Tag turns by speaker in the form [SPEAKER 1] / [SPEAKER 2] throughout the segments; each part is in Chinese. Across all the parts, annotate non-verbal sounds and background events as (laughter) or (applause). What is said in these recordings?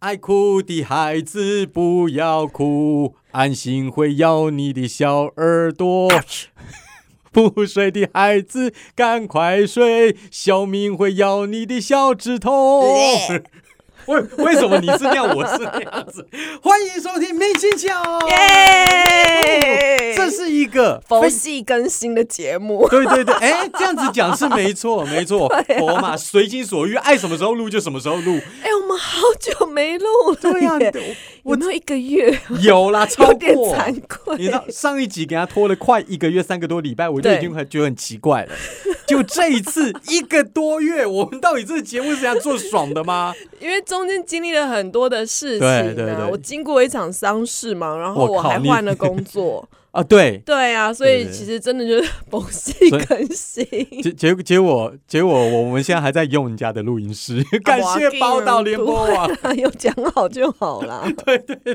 [SPEAKER 1] 爱哭的孩子不要哭，安心会咬你的小耳朵。 (laughs) 不睡的孩子赶快睡，小明会咬你的小指头。为为什么你是那样，我是那样
[SPEAKER 2] (laughs)
[SPEAKER 1] 子？欢迎收听《明星秀》，
[SPEAKER 2] 哦耶！
[SPEAKER 1] 这是一个
[SPEAKER 2] (laughs) 佛
[SPEAKER 1] 非
[SPEAKER 2] 系更新的节目，
[SPEAKER 1] 对对对，哎，这样子讲是没错，没错，
[SPEAKER 2] 啊
[SPEAKER 1] 佛嘛，随心所欲，爱什么时候录就什么时候录。
[SPEAKER 2] (laughs) 哎、我们好久没录了，
[SPEAKER 1] 对呀、
[SPEAKER 2] 耶，
[SPEAKER 1] 我
[SPEAKER 2] 有没有一个月？
[SPEAKER 1] (laughs) 有啦，超
[SPEAKER 2] 啊有点
[SPEAKER 1] 过。啊
[SPEAKER 2] 惭
[SPEAKER 1] (laughs) 你知道
[SPEAKER 2] 愧，
[SPEAKER 1] 上一集给他拖了快一个月，三个多礼拜，我就
[SPEAKER 2] 对
[SPEAKER 1] 已经很觉得很奇怪
[SPEAKER 2] (laughs)
[SPEAKER 1] 了。就这一次一个多月，我们到底这个节目是想做爽的吗？
[SPEAKER 2] 因为中间经历了很多的事情、啊，
[SPEAKER 1] 对对对
[SPEAKER 2] 我经过一场丧事嘛，然后
[SPEAKER 1] 我
[SPEAKER 2] 我
[SPEAKER 1] 靠
[SPEAKER 2] 还
[SPEAKER 1] 你
[SPEAKER 2] 换了
[SPEAKER 1] (laughs)
[SPEAKER 2] 工作，
[SPEAKER 1] 啊，对，
[SPEAKER 2] 对啊，所
[SPEAKER 1] 对对
[SPEAKER 2] 以
[SPEAKER 1] 对
[SPEAKER 2] 其实真的就是 (laughs) 佛系
[SPEAKER 1] 所以
[SPEAKER 2] 更新。
[SPEAKER 1] 结结结果结果我们现在还在用人家的录音
[SPEAKER 2] (laughs)
[SPEAKER 1] 师，感谢宝岛联播网。
[SPEAKER 2] 有讲好就好啦。
[SPEAKER 1] (laughs)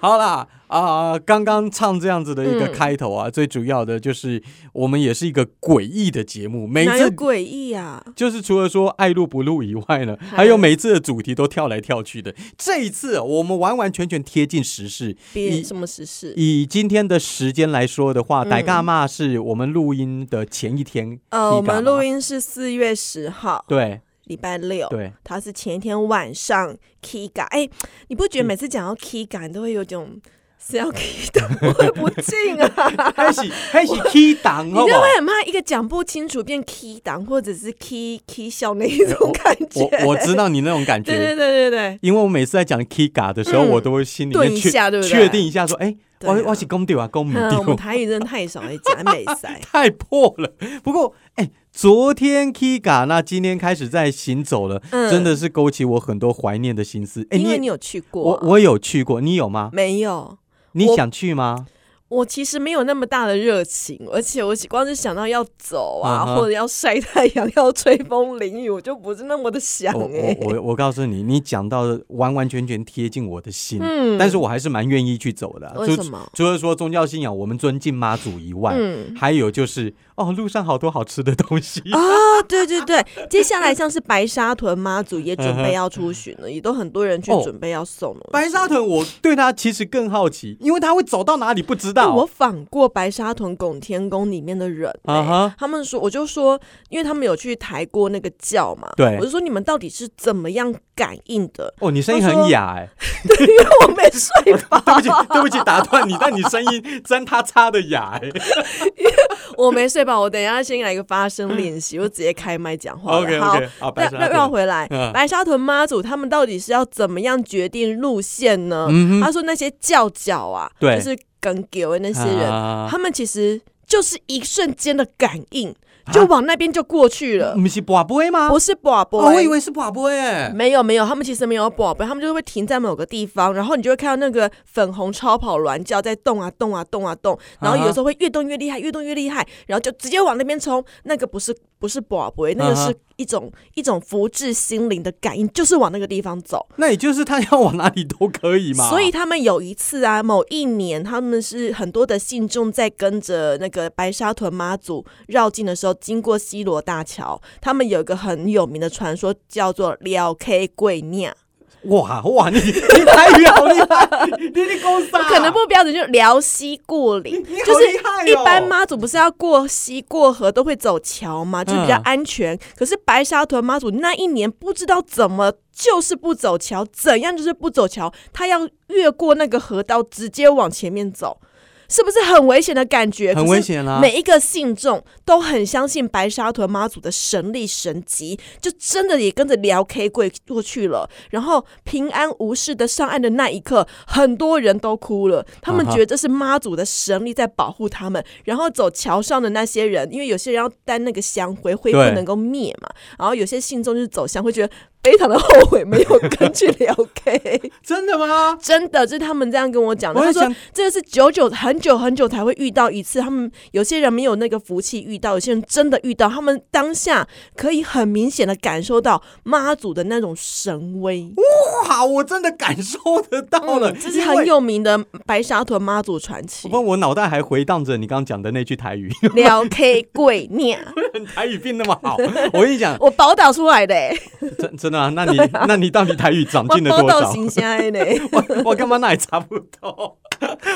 [SPEAKER 1] 好啦，啊、刚刚唱这样子的一个
[SPEAKER 2] 嗯
[SPEAKER 1] 开头啊，最主要的就是我们也是一个诡异的节目， (laughs) 每一
[SPEAKER 2] 哪有
[SPEAKER 1] 次
[SPEAKER 2] 诡异啊？
[SPEAKER 1] 就是除了说爱录不录以外呢，
[SPEAKER 2] (laughs) 还
[SPEAKER 1] 还有每一次的主题都跳来跳去的。这一次啊我们完完全全贴近时事。
[SPEAKER 2] 别
[SPEAKER 1] 以
[SPEAKER 2] 什么时事？
[SPEAKER 1] 以今天的时间来说的话，
[SPEAKER 2] 嗯
[SPEAKER 1] 傣尬嘛是我们录音的前一天。
[SPEAKER 2] 呃，我们录
[SPEAKER 1] 音
[SPEAKER 2] 音是四月十号，
[SPEAKER 1] 对
[SPEAKER 2] 礼拜六。
[SPEAKER 1] 对，
[SPEAKER 2] 他是前一天晚上 Kiga，哎、你不
[SPEAKER 1] 嗯
[SPEAKER 2] 觉得每次讲到 Kiga，你都会有种是要 Kiga 会不敬啊？
[SPEAKER 1] (laughs) 开始开始 key 档，好
[SPEAKER 2] 你
[SPEAKER 1] 不
[SPEAKER 2] 就
[SPEAKER 1] 好？
[SPEAKER 2] 会很怕一个讲不清楚变 key 档，或者是 key key 笑那一种感觉。 (laughs)
[SPEAKER 1] 我我知道你那种感
[SPEAKER 2] 对对
[SPEAKER 1] 觉，
[SPEAKER 2] 对对对，
[SPEAKER 1] 因为我每次在讲 Kiga 的时候，
[SPEAKER 2] 嗯
[SPEAKER 1] 我都会心里
[SPEAKER 2] 顿
[SPEAKER 1] 面
[SPEAKER 2] 一
[SPEAKER 1] 确
[SPEAKER 2] 下对不对
[SPEAKER 1] 确定一下，说，哎，
[SPEAKER 2] 对啊
[SPEAKER 1] 我我是公丢啊，公母
[SPEAKER 2] (laughs) 嗯，我们
[SPEAKER 1] 丢，。
[SPEAKER 2] 台语真的太少了，讲美塞
[SPEAKER 1] (laughs) 太破了。不过，哎，昨天 Kiga，那今天开始在行走了，
[SPEAKER 2] 嗯
[SPEAKER 1] 真的是勾起我很多怀念的心思。哎，
[SPEAKER 2] 因为
[SPEAKER 1] 也
[SPEAKER 2] 你有去过
[SPEAKER 1] 我
[SPEAKER 2] 啊、
[SPEAKER 1] 我有去过，你有吗？
[SPEAKER 2] 没有。
[SPEAKER 1] 你
[SPEAKER 2] 我
[SPEAKER 1] 想去
[SPEAKER 2] (laughs)
[SPEAKER 1] 吗？
[SPEAKER 2] 我其实没有那么大的热情，而且我光是想到要走啊
[SPEAKER 1] 嗯哼
[SPEAKER 2] 或者要晒太阳、要吹风淋雨，我就不是那么的想
[SPEAKER 1] 我
[SPEAKER 2] 哎、
[SPEAKER 1] 我我我告诉你，你讲到的完完全全贴近我的心，
[SPEAKER 2] 嗯
[SPEAKER 1] 但是我还是蛮愿意去走的啊、
[SPEAKER 2] 为
[SPEAKER 1] 除
[SPEAKER 2] 什么
[SPEAKER 1] 除了说宗教信仰，我们尊敬妈祖以外，
[SPEAKER 2] 嗯，
[SPEAKER 1] 还有就是哦，路上好多好吃的东西。
[SPEAKER 2] 啊，对对 (laughs) 对，接下来像是白沙屯妈祖也准备要出巡了，也都很多人去
[SPEAKER 1] 哦
[SPEAKER 2] 准备要送了。
[SPEAKER 1] 白沙屯，我对它其实更好奇，因为它会走到哪里不知
[SPEAKER 2] 但哎我
[SPEAKER 1] 道。
[SPEAKER 2] 访过白沙屯拱天宫里面的人、
[SPEAKER 1] 啊哈，
[SPEAKER 2] 他们说，我就说，因为他们有去抬过那个轿嘛，
[SPEAKER 1] 对
[SPEAKER 2] 我就说你们到底是怎么样感应的？
[SPEAKER 1] 哦，你声音很哑哎、
[SPEAKER 2] 对，因为 (laughs) 我没睡饱，
[SPEAKER 1] (laughs) 对不起，对不起，打断你，但你声音真他差的哑哎、
[SPEAKER 2] (laughs) 我没睡饱，我等一下先来一个发声练 (laughs) 习，我直接开麦讲话了。
[SPEAKER 1] OK
[SPEAKER 2] 好
[SPEAKER 1] OK，好，白
[SPEAKER 2] 那
[SPEAKER 1] 沙
[SPEAKER 2] 那绕
[SPEAKER 1] 屯，
[SPEAKER 2] 回来，
[SPEAKER 1] 嗯
[SPEAKER 2] 白沙屯妈祖他们到底是要怎么样决定路线呢？
[SPEAKER 1] 嗯哼，
[SPEAKER 2] 他说那些教角啊，
[SPEAKER 1] 对
[SPEAKER 2] 就是跟给的那些人，
[SPEAKER 1] 啊
[SPEAKER 2] 他们其实就是一瞬间的感应，
[SPEAKER 1] 啊嗯
[SPEAKER 2] 就往那边就过去了，
[SPEAKER 1] 不是卜杯吗？
[SPEAKER 2] 不是宝宝、
[SPEAKER 1] 哦，我以为是卜杯哎。
[SPEAKER 2] 没有没有，他们其实没有宝贝，他们就会停在某个地方，然后你就会看到那个粉红超跑软轿在动啊动啊动啊动，然后有时候会越动越厉害，越动越厉害，然后就直接往那边冲。那个不是不是宝贝，那个
[SPEAKER 1] 啊哈
[SPEAKER 2] 是一种、一种福至心灵的感应，就是往那个地方走。
[SPEAKER 1] 那也就是他要往哪里都可以嘛。
[SPEAKER 2] 所以他们有一次啊，某一年他们是很多的信众在跟着那个白沙屯妈祖绕境的时候，经过西罗大桥，他们有一个很有名的传说叫做撩 K 跪尿，
[SPEAKER 1] 哇哇，你 (laughs) 你台语好厉害，你你公司
[SPEAKER 2] 不可能不标准，就是撩西过岭。
[SPEAKER 1] 你好
[SPEAKER 2] 就是
[SPEAKER 1] 厉害哦
[SPEAKER 2] 一般妈祖不是要过溪过河都会走桥
[SPEAKER 1] 嗯
[SPEAKER 2] 嘛，就是比较安全。可是白沙屯妈祖那一年不知道怎么就是不走桥，怎样就是不走桥，他要越过那个河道直接往前面走，是不是很危险的感觉？
[SPEAKER 1] 很危。险啊啦、
[SPEAKER 2] 每一个信众都很相信白沙屯妈祖的神力神级，就真的也跟着聊 K 跪过去了。然后平安无事的上岸的那一刻，很多人都哭了，他们
[SPEAKER 1] 啊哈
[SPEAKER 2] 觉得这是妈祖的神力在保护他们。然后走桥上的那些人，因为有些人要担那个香灰，灰不
[SPEAKER 1] 对
[SPEAKER 2] 能够灭嘛。然后有些信众就是走香会，觉得非常的后悔没有跟去聊 K。
[SPEAKER 1] 真的吗？
[SPEAKER 2] 真的，这是他们这样跟我讲的。
[SPEAKER 1] 我
[SPEAKER 2] 他
[SPEAKER 1] 在
[SPEAKER 2] 说
[SPEAKER 1] 想
[SPEAKER 2] 这个是久久很久很久才会遇到一次，他们有些人没有那个福气遇到，有些人真的遇到，他们当下可以很明显的感受到妈祖的那种神威。
[SPEAKER 1] 哇，我真的感受得到了，
[SPEAKER 2] 嗯，这是很。有名的白沙屯妈祖传奇
[SPEAKER 1] 不。过我脑袋还回荡着你刚刚讲的那句台语， (laughs)
[SPEAKER 2] 聊 K 跪念，
[SPEAKER 1] 台语变那么好，我跟你讲， (laughs)
[SPEAKER 2] 我宝岛出来的、欸，
[SPEAKER 1] 真真
[SPEAKER 2] (laughs)
[SPEAKER 1] 呐、那你、那你到底台语长
[SPEAKER 2] 啊我
[SPEAKER 1] 进了多
[SPEAKER 2] 到欸
[SPEAKER 1] 少？
[SPEAKER 2] 形象的呢，
[SPEAKER 1] (laughs) 我我干嘛那也查不 (laughs) 到。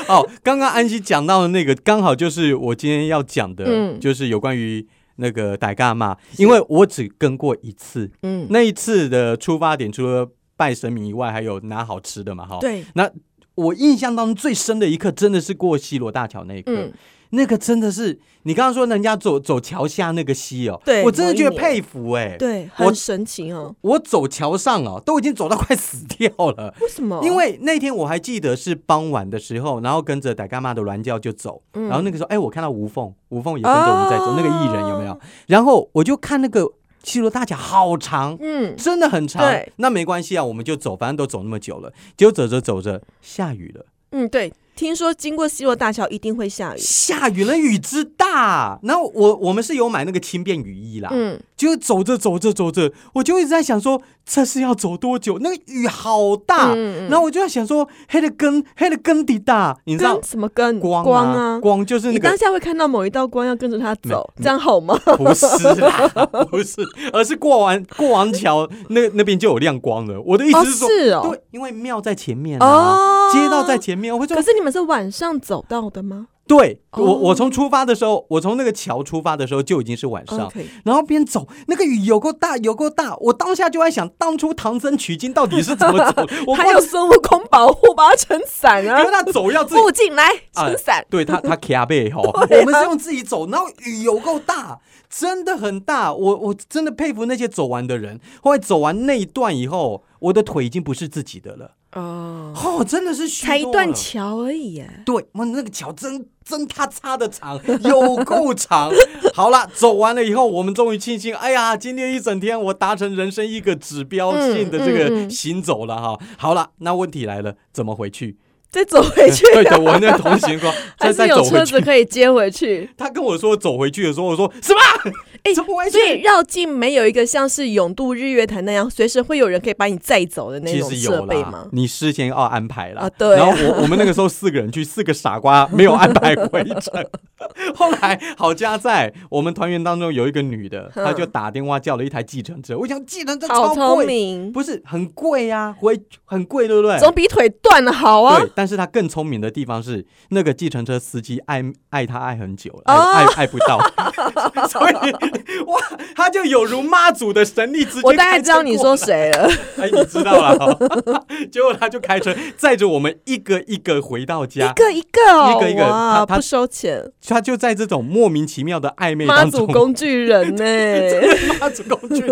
[SPEAKER 1] 哦，刚刚安息讲到的那个，刚好就是我今天要讲的，
[SPEAKER 2] 嗯
[SPEAKER 1] 就是有关于那个傣干嘛，因为我只跟过一次，
[SPEAKER 2] 嗯，
[SPEAKER 1] 那一次的出发点除了拜神明以外，还有拿好吃的嘛，哈。。
[SPEAKER 2] 对，
[SPEAKER 1] 那我印象当中最深的一刻，真的是过西罗大桥那一刻，
[SPEAKER 2] 嗯，
[SPEAKER 1] 那个真的是你刚刚说人家走走桥下那个溪哦，
[SPEAKER 2] 对
[SPEAKER 1] 我真的觉得
[SPEAKER 2] 某一年
[SPEAKER 1] 佩服哎、
[SPEAKER 2] 对，
[SPEAKER 1] 我
[SPEAKER 2] 很神奇哦，
[SPEAKER 1] 我走桥上哦，都已经走到快死掉了。
[SPEAKER 2] 为什么？
[SPEAKER 1] 因为那天我还记得是傍晚的时候，然后跟着傣干妈的鸾教就走，
[SPEAKER 2] 嗯
[SPEAKER 1] 然后那个时候，哎，我看到吴凤，吴凤也跟着我们在走，那个艺人有没有？
[SPEAKER 2] 嗯
[SPEAKER 1] 然后我就看那个西罗大桥好长，
[SPEAKER 2] 嗯，
[SPEAKER 1] 真的很长
[SPEAKER 2] 对。
[SPEAKER 1] 那没关系啊，我们就走，反正都走那么久了。结果走着走着下雨了，
[SPEAKER 2] 嗯，对，听说经过西罗大桥一定会下雨。
[SPEAKER 1] 下雨了，雨之大。然后我我们是有买那个轻便雨衣啦，
[SPEAKER 2] 嗯，
[SPEAKER 1] 就走着走着走着，我就一直在想说，这是要走多久？那个雨好大，
[SPEAKER 2] 嗯嗯
[SPEAKER 1] 然后我就在想说，黑的根，黑的根底大，你知道
[SPEAKER 2] 跟什么跟
[SPEAKER 1] 光
[SPEAKER 2] 光
[SPEAKER 1] 啊，
[SPEAKER 2] 啊？
[SPEAKER 1] 光就是
[SPEAKER 2] 你
[SPEAKER 1] 那
[SPEAKER 2] 当
[SPEAKER 1] 个
[SPEAKER 2] 下会看到某一道光要跟着它走，
[SPEAKER 1] 没
[SPEAKER 2] 这样
[SPEAKER 1] (laughs)
[SPEAKER 2] 好吗？
[SPEAKER 1] 不是啦， (laughs) 不是，而是过完过完桥那那边就有亮光了。我的意
[SPEAKER 2] 哦，
[SPEAKER 1] 思是说，
[SPEAKER 2] 是哦，
[SPEAKER 1] 对，因为庙在前面啊，
[SPEAKER 2] 哦，
[SPEAKER 1] 街道在。前面，我会说
[SPEAKER 2] 可，是你们是晚上走到的吗
[SPEAKER 1] 对
[SPEAKER 2] 哦
[SPEAKER 1] 我我从出发的时候，我从那个桥出发的时候就已经是啊晚上。
[SPEAKER 2] ？OK，
[SPEAKER 1] 然后边走，那个雨有够大，有够大。我当下就在想，当初唐僧取经到底是怎么
[SPEAKER 2] (laughs)
[SPEAKER 1] 走？我
[SPEAKER 2] 还
[SPEAKER 1] 光
[SPEAKER 2] 有孙悟空保护，把它撑伞
[SPEAKER 1] 因为
[SPEAKER 2] 啊，
[SPEAKER 1] 他走要自己，
[SPEAKER 2] 附近来撑伞。
[SPEAKER 1] 对他他卡背吼，
[SPEAKER 2] (laughs) 对啊
[SPEAKER 1] 我们是用自己走，然后雨有够大，真的很大，我我真的佩服那些走完的人。后来走完那一段以后，我的腿已经不是自己的了，
[SPEAKER 2] 哦，
[SPEAKER 1] 哦，真的是虚啊
[SPEAKER 2] 才一
[SPEAKER 1] 脱
[SPEAKER 2] 段
[SPEAKER 1] 了
[SPEAKER 2] 桥而已耶。
[SPEAKER 1] 对，哇，那个桥真真咔嚓的长， (laughs) 有够长。好了，走完了以后，我们终于庆幸，哎呀，今天一整天我达成人生一个指标性的这
[SPEAKER 2] 嗯嗯
[SPEAKER 1] 个
[SPEAKER 2] 嗯
[SPEAKER 1] 行走了哈。好了，那问题来了，怎么回
[SPEAKER 2] (laughs)
[SPEAKER 1] 去？，
[SPEAKER 2] 再走回去
[SPEAKER 1] 对的，我那个同行说，(laughs)
[SPEAKER 2] 还
[SPEAKER 1] 再
[SPEAKER 2] 是
[SPEAKER 1] 再
[SPEAKER 2] 有
[SPEAKER 1] 走
[SPEAKER 2] 车
[SPEAKER 1] 回
[SPEAKER 2] 子
[SPEAKER 1] 去。
[SPEAKER 2] 可以接
[SPEAKER 1] (laughs)
[SPEAKER 2] 回去。
[SPEAKER 1] 他跟我说走回去的时候，我说什么？
[SPEAKER 2] 哎
[SPEAKER 1] 怎么回去
[SPEAKER 2] 所？以绕境没有一个像是永渡日月潭那样，随时会有人可以把你载走的那
[SPEAKER 1] 其
[SPEAKER 2] 种
[SPEAKER 1] 实
[SPEAKER 2] 设
[SPEAKER 1] 有
[SPEAKER 2] 备
[SPEAKER 1] 啦
[SPEAKER 2] 吗，？
[SPEAKER 1] 你事先要安排啦。
[SPEAKER 2] 啊对啊
[SPEAKER 1] 然后我我们那个时候四个人去，四个傻瓜没有安排回程。 (laughs) 后来好家在我们团员当中有一个女的，
[SPEAKER 2] 嗯
[SPEAKER 1] 她就打电话叫了一台计程车。我想计程车
[SPEAKER 2] 好
[SPEAKER 1] 超
[SPEAKER 2] 聪
[SPEAKER 1] 贵，
[SPEAKER 2] 明，
[SPEAKER 1] 不是很贵呀、回很贵，对不对？
[SPEAKER 2] 总比腿断了好啊！
[SPEAKER 1] 对，但是他更聪明的地方是，那个计程车司机爱爱他爱很久，爱、
[SPEAKER 2] 哦
[SPEAKER 1] 爱爱不到， (laughs) 所以哇，他就有如妈祖的神力，直接
[SPEAKER 2] 我大概
[SPEAKER 1] 开车
[SPEAKER 2] 知道你
[SPEAKER 1] 过
[SPEAKER 2] 说
[SPEAKER 1] (laughs)
[SPEAKER 2] 谁了。
[SPEAKER 1] 哎，你知道了、 (laughs) 哦，结果他就开车载着我们一个一个回到
[SPEAKER 2] 一
[SPEAKER 1] 家，
[SPEAKER 2] 个一个哦，
[SPEAKER 1] 一个一个
[SPEAKER 2] 哇，
[SPEAKER 1] 他他
[SPEAKER 2] 不收钱，
[SPEAKER 1] 他就在这种莫名其妙的暧昧
[SPEAKER 2] 妈
[SPEAKER 1] 当
[SPEAKER 2] 祖
[SPEAKER 1] 中，
[SPEAKER 2] 工具人呢、
[SPEAKER 1] (laughs) 妈祖工具，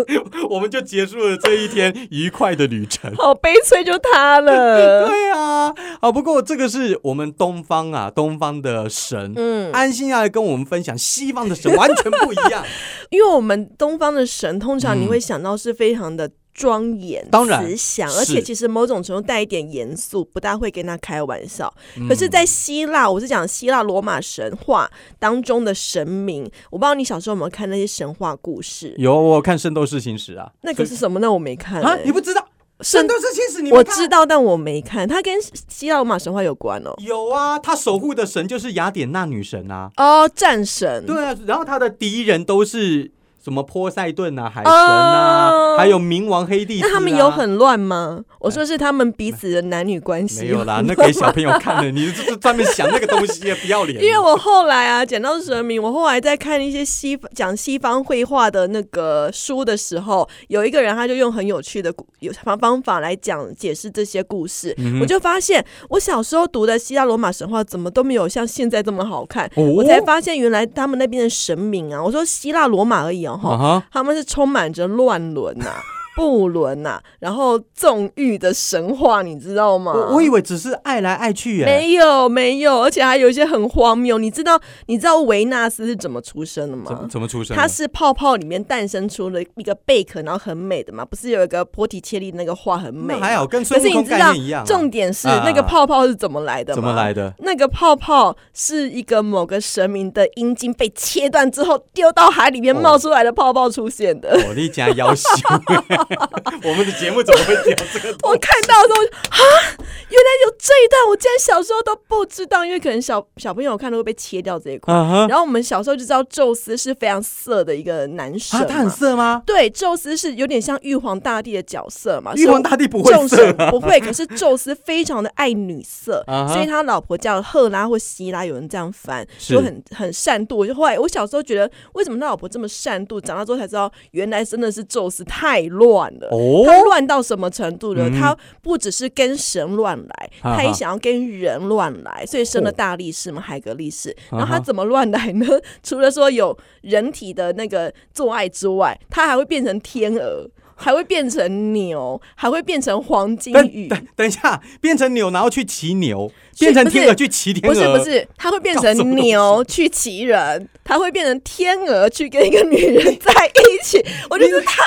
[SPEAKER 1] 我们就结束了这一天愉快的旅
[SPEAKER 2] (laughs)
[SPEAKER 1] 程。
[SPEAKER 2] 好悲催就他了。
[SPEAKER 1] 对啊，啊，不过这个是我们东方啊，东方的神。
[SPEAKER 2] 嗯，
[SPEAKER 1] 安心要来跟我们分享，西方的神完全不一
[SPEAKER 2] (laughs)
[SPEAKER 1] 样。
[SPEAKER 2] 因为我们东方的神，通常
[SPEAKER 1] 嗯
[SPEAKER 2] 你会想到是非常的庄严、
[SPEAKER 1] 当然
[SPEAKER 2] 慈祥，
[SPEAKER 1] 是
[SPEAKER 2] 而且其实某种程度带一点严肃，不大会跟他开玩笑。
[SPEAKER 1] 嗯
[SPEAKER 2] 可是，在希腊，我是讲希腊罗马神话当中的神明，我不知道你小时候有没有看那些神话故事，
[SPEAKER 1] 有我看《圣斗士星矢》啊，
[SPEAKER 2] 那个是什么？那我没看、
[SPEAKER 1] 啊，你
[SPEAKER 2] 欸。
[SPEAKER 1] 不知道《圣
[SPEAKER 2] 圣
[SPEAKER 1] 斗士星矢》你没
[SPEAKER 2] 我
[SPEAKER 1] 看
[SPEAKER 2] 知道，但我没看。它跟希腊罗马神话有关哦。
[SPEAKER 1] 有啊，他守护的神就是雅典娜女神啊。
[SPEAKER 2] 哦，战神。
[SPEAKER 1] 对啊，然后他的敌人都是什么波塞顿啊、海神啊，
[SPEAKER 2] 哦
[SPEAKER 1] 还有冥王黑帝、啊。
[SPEAKER 2] 那他们有很乱吗？我说是他们彼此的男女关系。 (laughs)
[SPEAKER 1] 没有啦？那给小朋友看的，你就是专门想那个东西，啊不要脸。
[SPEAKER 2] 因为我后来啊，讲到神明，我后来在看一些西方讲西方绘画的那个书的时候，有一个人他就用很有趣的故有方方法来讲解释这些故事，我就发现我小时候读的希腊罗马神话怎么都没有像现在这么好看，
[SPEAKER 1] 哦
[SPEAKER 2] 我才发现原来他们那边的神明啊，我说希腊罗马而已哦，哈
[SPEAKER 1] 啊哈，
[SPEAKER 2] 他们是充满着乱伦呐、
[SPEAKER 1] (laughs)
[SPEAKER 2] 不伦呐、然后纵欲的神话，你知道吗？
[SPEAKER 1] 我我以为只是爱来爱去耶、
[SPEAKER 2] 哦没有没有，而且还有一些很荒谬。你知道你知道维纳斯是怎么出生的
[SPEAKER 1] 怎么
[SPEAKER 2] 吗？
[SPEAKER 1] 怎么出生啊的？
[SPEAKER 2] 她是泡泡里面诞生出了一个贝壳，然后很美的嘛。不是有一个波提切利那个画很美
[SPEAKER 1] 那
[SPEAKER 2] 吗？
[SPEAKER 1] 还好，跟
[SPEAKER 2] 可
[SPEAKER 1] 孙
[SPEAKER 2] 是
[SPEAKER 1] 悟
[SPEAKER 2] 你
[SPEAKER 1] 空
[SPEAKER 2] 知
[SPEAKER 1] 概
[SPEAKER 2] 道
[SPEAKER 1] 念一样、，啊。
[SPEAKER 2] 重点是
[SPEAKER 1] 啊
[SPEAKER 2] 那个泡泡是怎么来的
[SPEAKER 1] 怎
[SPEAKER 2] 吗？
[SPEAKER 1] 么来的？
[SPEAKER 2] 那个泡泡是一个某个神明的阴茎被切断之后丢到海里面
[SPEAKER 1] 哦
[SPEAKER 2] 冒出来的泡泡出现的。
[SPEAKER 1] 我力加哦要
[SPEAKER 2] (laughs)
[SPEAKER 1] 求，我们的节目怎么会聊这个？
[SPEAKER 2] 我看到的时候，啊，原来有这一段我竟然小时候都不知道，因为可能小小朋友看都会被切掉这一块。
[SPEAKER 1] 啊哈，
[SPEAKER 2] 然后我们小时候就知道宙斯是非常色的一个男神
[SPEAKER 1] 啊，
[SPEAKER 2] 嘛，
[SPEAKER 1] 他很色吗？
[SPEAKER 2] 对，宙斯是有点像玉皇大帝的角色嘛，
[SPEAKER 1] 玉皇大帝不会
[SPEAKER 2] 众
[SPEAKER 1] 色
[SPEAKER 2] 神
[SPEAKER 1] 啊，
[SPEAKER 2] 不会，可是宙斯非常的爱女
[SPEAKER 1] (laughs)
[SPEAKER 2] 色，
[SPEAKER 1] 啊哈
[SPEAKER 2] 所以他老婆叫赫拉或希拉，有人这样翻，
[SPEAKER 1] 是
[SPEAKER 2] 就很很善妒。就后来我小时候觉得，为什么他老婆这么善妒？长大之后才知道，原来真的是宙斯太乱了。
[SPEAKER 1] 哦
[SPEAKER 2] 他乱到什么程度呢？
[SPEAKER 1] 嗯
[SPEAKER 2] 他不只是跟神乱来，
[SPEAKER 1] 啊哈
[SPEAKER 2] 他也想要跟人乱来，所以生了大力士嘛，海格力士。然后他怎么乱来呢？ (laughs) 除了说有人体的那个做爱之外，他还会变成天鹅，还会变成牛，还会变成黄金
[SPEAKER 1] 但
[SPEAKER 2] 鱼。
[SPEAKER 1] 等等一下，变成牛，然后去骑牛，
[SPEAKER 2] 是
[SPEAKER 1] 变成
[SPEAKER 2] 不是
[SPEAKER 1] 天鹅去骑天鹅，
[SPEAKER 2] 不是不是，他会变
[SPEAKER 1] 搞什么
[SPEAKER 2] 成
[SPEAKER 1] 东
[SPEAKER 2] 牛去骑人，他会变成天鹅去跟一个女人在一起，我觉得太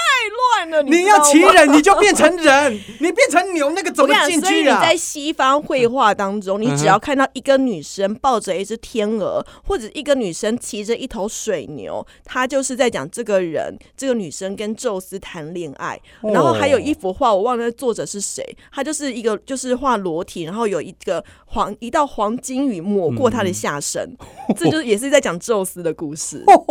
[SPEAKER 2] 乱 (laughs) 了。
[SPEAKER 1] 你
[SPEAKER 2] 知
[SPEAKER 1] 要
[SPEAKER 2] 道
[SPEAKER 1] 骑
[SPEAKER 2] 吗
[SPEAKER 1] 人，你就变成人，你变成牛，那个怎
[SPEAKER 2] 我
[SPEAKER 1] 么
[SPEAKER 2] 跟你
[SPEAKER 1] 进
[SPEAKER 2] 讲，所以你
[SPEAKER 1] 去嗯啊
[SPEAKER 2] 在？西方绘画当中，你只要看到一个女生抱着一只天鹅，或者一个女生骑着一头水牛，她就是在讲这个人，这个女生跟宙斯谈恋爱。
[SPEAKER 1] 哦
[SPEAKER 2] 然后还有一幅画，我忘了作者是谁，他就是一个就是画裸体，然后有一个黄一道黄金羽抹过她的下身，
[SPEAKER 1] 嗯
[SPEAKER 2] 这就是也是在讲宙斯的故事。
[SPEAKER 1] 哦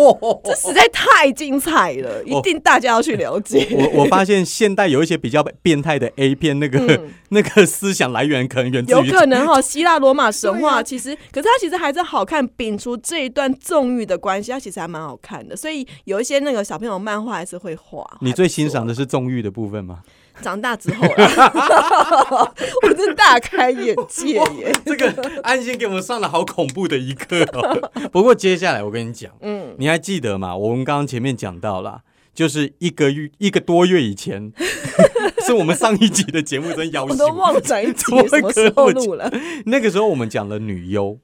[SPEAKER 2] 这实在太精彩了，一定大家要去了解。
[SPEAKER 1] (laughs) 我我发现现代有一些比较变态的 A 片，那个、那个思想来源可能源自
[SPEAKER 2] 嗯有
[SPEAKER 1] 于
[SPEAKER 2] 可能哦，希腊罗马神
[SPEAKER 1] 啊
[SPEAKER 2] 话其实，可是它其实还是好看。摒除这一段纵欲的关系，它其实还蛮好看的。所以有一些那个小朋友漫画还是会画。
[SPEAKER 1] 你最欣赏的是纵欲的部分吗？
[SPEAKER 2] 长大之后啦， (laughs) 我真的大开眼界耶！
[SPEAKER 1] 这个安心给我们上了好恐怖的一课哦。 (laughs) 不过接下来我跟你讲，嗯，你还记得吗？我们刚刚前面讲到啦，就是一个月一个多月以前， (laughs) 是我们上一集的节目真要
[SPEAKER 2] (laughs) 我
[SPEAKER 1] 求。
[SPEAKER 2] 都忘了转一
[SPEAKER 1] (laughs)
[SPEAKER 2] 集
[SPEAKER 1] 怎么会
[SPEAKER 2] 什么时候录了。
[SPEAKER 1] 那个时候我们讲了女优，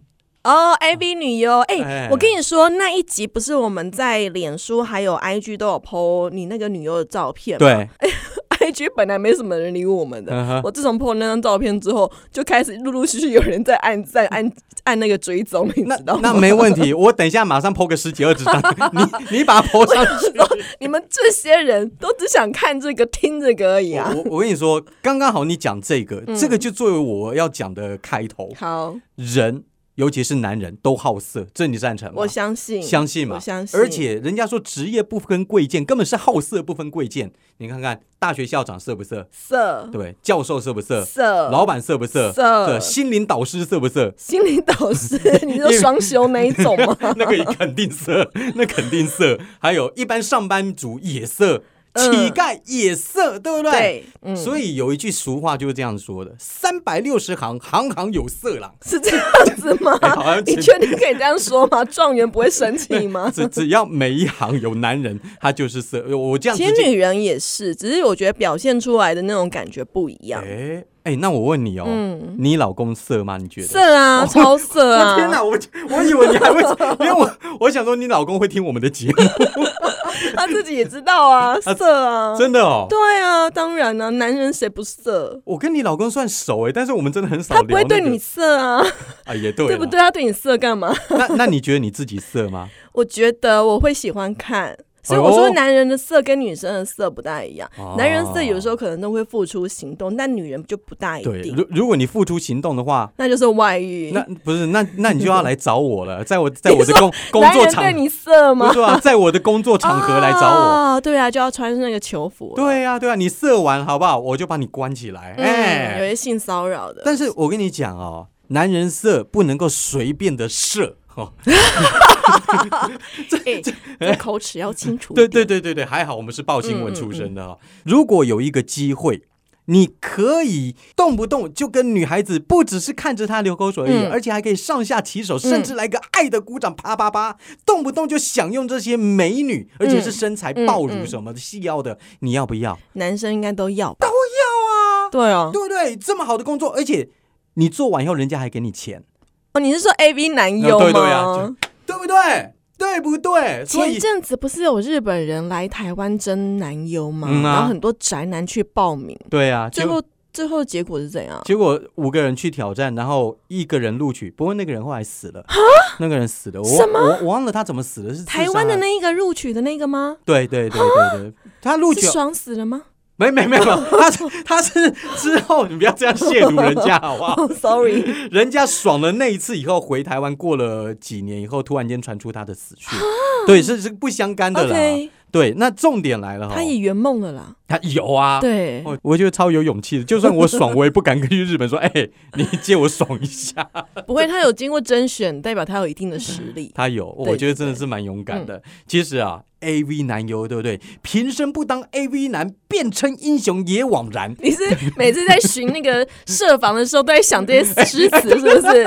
[SPEAKER 2] 哦，AV 女优，哎、
[SPEAKER 1] 哎
[SPEAKER 2] 我跟你说，那一集不是我们在脸书还有 IG 都有 PO 你那个女优的照片吗？
[SPEAKER 1] 对，
[SPEAKER 2] IG 本来没什么人理我们的，
[SPEAKER 1] 嗯哼
[SPEAKER 2] 我自从 po 那张照片之后，就开始陆陆续续有人在按赞、按按那个追踪，你
[SPEAKER 1] 那
[SPEAKER 2] 知道
[SPEAKER 1] 那 (laughs)
[SPEAKER 2] 吗？
[SPEAKER 1] 没问题，我等一下马上剖个十几二十
[SPEAKER 2] (laughs)
[SPEAKER 1] 张，你你把它剖上去。
[SPEAKER 2] 你们这些人都只想看这个、听这个而
[SPEAKER 1] (laughs)
[SPEAKER 2] 已啊！
[SPEAKER 1] 我我跟你说，刚刚好你讲这个，
[SPEAKER 2] 嗯
[SPEAKER 1] 这个就作为我要讲的开头。
[SPEAKER 2] 好，
[SPEAKER 1] 人，尤其是男人都好色，这你赞成吗
[SPEAKER 2] 我？相信，
[SPEAKER 1] 相信嘛，
[SPEAKER 2] 我相信，
[SPEAKER 1] 而且人家说职业不分贵贱，根本是好色不分贵贱。你看看大学校长色不色，
[SPEAKER 2] 色
[SPEAKER 1] 对不对？教授色不色？
[SPEAKER 2] 色
[SPEAKER 1] 老板色不色？
[SPEAKER 2] 色
[SPEAKER 1] 对心灵导师色不色？
[SPEAKER 2] 心理导师，你说双修那一种吗？ (laughs)
[SPEAKER 1] 那个肯定色， (laughs) 那肯定色。还有一般上班族也色，乞丐也色， (laughs) 对不对？
[SPEAKER 2] 嗯对，嗯，
[SPEAKER 1] 所以有一句俗话就是这样说的：三百六十行，行行有色狼。
[SPEAKER 2] 是这样子吗
[SPEAKER 1] 哎好像？
[SPEAKER 2] 你确定可以这样说吗？ (laughs) 状元不会生气
[SPEAKER 1] (laughs)
[SPEAKER 2] 吗？
[SPEAKER 1] 只只要每一行有男人，他就是色。我我这样直
[SPEAKER 2] 其实
[SPEAKER 1] 接，
[SPEAKER 2] 女人也是，只是我觉得表现出来的那种感觉不一样。
[SPEAKER 1] 哎哎，那我问你哦，你老公色吗？你觉得？
[SPEAKER 2] 嗯色啊，超色
[SPEAKER 1] 我 (laughs)
[SPEAKER 2] 啊！
[SPEAKER 1] 哦天哪，我我以为你还会，因为我我想说你老公会听我们的节目，
[SPEAKER 2] (laughs) 他自己也知
[SPEAKER 1] (laughs)
[SPEAKER 2] 道啊，色啊，
[SPEAKER 1] 真的哦。
[SPEAKER 2] 对啊，当然啊，男人谁不色？
[SPEAKER 1] 我跟你老公算熟哎，但是我们真的很少
[SPEAKER 2] 他
[SPEAKER 1] 聊、
[SPEAKER 2] 不
[SPEAKER 1] 那
[SPEAKER 2] 会
[SPEAKER 1] 个。
[SPEAKER 2] 对你色啊，
[SPEAKER 1] 啊，也对，
[SPEAKER 2] (laughs) 对不？对？他对你色干嘛？ (laughs)
[SPEAKER 1] (laughs) 那那你觉得你自己色吗？
[SPEAKER 2] 我觉得我会喜欢看，所以
[SPEAKER 1] 哎呦
[SPEAKER 2] 我说男人的色跟女生的色不大一样。
[SPEAKER 1] 哦
[SPEAKER 2] 男人色有时候可能都会付出行动，但女人就不大一
[SPEAKER 1] 对，
[SPEAKER 2] 定，
[SPEAKER 1] 如如果你付出行动的话，
[SPEAKER 2] 那就是外遇。
[SPEAKER 1] 那不是那那你就要来找我
[SPEAKER 2] (laughs)
[SPEAKER 1] 了，在我在我的
[SPEAKER 2] 你
[SPEAKER 1] 工工作场
[SPEAKER 2] 男人对你
[SPEAKER 1] (laughs)
[SPEAKER 2] 色
[SPEAKER 1] 不
[SPEAKER 2] 吗？
[SPEAKER 1] 是啊，在我的工作场合来找我。
[SPEAKER 2] 啊，对啊，就要穿那个囚服。，
[SPEAKER 1] 对啊，对啊，你射完好不好？我就把你关起来。
[SPEAKER 2] 嗯，有
[SPEAKER 1] 哎、
[SPEAKER 2] 些性骚扰的。
[SPEAKER 1] 但是我跟你讲哦，男人射不能够随便的射。哦，
[SPEAKER 2] 哎，这口齿要清楚一嗯
[SPEAKER 1] 对
[SPEAKER 2] 点。
[SPEAKER 1] 对对对对，还好我们是报新闻出身的哦。如果有一个机会，你可以动不动就跟女孩子，不只是看着她流口水而已，
[SPEAKER 2] 嗯
[SPEAKER 1] 而且还可以上下其手，甚至来个爱的鼓掌，啪啪啪，动不动就享用这些美女，而且是身材爆乳什
[SPEAKER 2] 嗯
[SPEAKER 1] 么的、细腰的，你要不要？
[SPEAKER 2] 男生应该都要吧？都要啊！对啊，
[SPEAKER 1] 对不对？这么好的工作，而且你做完以后，人家还给你钱，
[SPEAKER 2] 哦，你是说 A V 男优吗？
[SPEAKER 1] 对对啊对不对？对不对？所
[SPEAKER 2] 前
[SPEAKER 1] 以
[SPEAKER 2] 阵子不是有日本人来台湾争男优吗？
[SPEAKER 1] 嗯啊
[SPEAKER 2] 然后很多宅男去报名，
[SPEAKER 1] 对啊，
[SPEAKER 2] 最
[SPEAKER 1] 结果
[SPEAKER 2] 后最后结果是怎样？
[SPEAKER 1] 结果五个人去挑战，然后一个人录取，不过那个人后来死了，那个人死了，我
[SPEAKER 2] 啊什么
[SPEAKER 1] 我我忘了他怎么死的，是自杀啊
[SPEAKER 2] 台湾的那一个录取的那个吗？ (laughs)
[SPEAKER 1] 对对对对对，他录取啊
[SPEAKER 2] 是爽死了吗？
[SPEAKER 1] 没没没有，他是他是之后你不要这样亵渎人家好不
[SPEAKER 2] (laughs)
[SPEAKER 1] 好？
[SPEAKER 2] 哦，sorry，
[SPEAKER 1] 人家爽了那一次以后，回台湾过了几年以后，突然间传出他的死讯，对，是是不相干的啦。
[SPEAKER 2] 啊 OK
[SPEAKER 1] 对，那重点来了哈，
[SPEAKER 2] 他也圆梦了啦。
[SPEAKER 1] 他有啊，
[SPEAKER 2] 对，
[SPEAKER 1] 哦，我觉得超有勇气的，就算我爽，我也不敢跟去日本说，哎、你借我爽一下。
[SPEAKER 2] 不会，他有经过甄选，代表他有一定的实
[SPEAKER 1] (laughs)
[SPEAKER 2] 力。
[SPEAKER 1] 他有，
[SPEAKER 2] 对嗯
[SPEAKER 1] 我觉得真的是蛮勇敢的。其实啊，A V 男优对不对？平生不当 A V 男，变成英雄也枉
[SPEAKER 2] (laughs)
[SPEAKER 1] 然。
[SPEAKER 2] 你是每次在寻那个设防的时候，都在想这些诗词，是不
[SPEAKER 1] (laughs)
[SPEAKER 2] 是？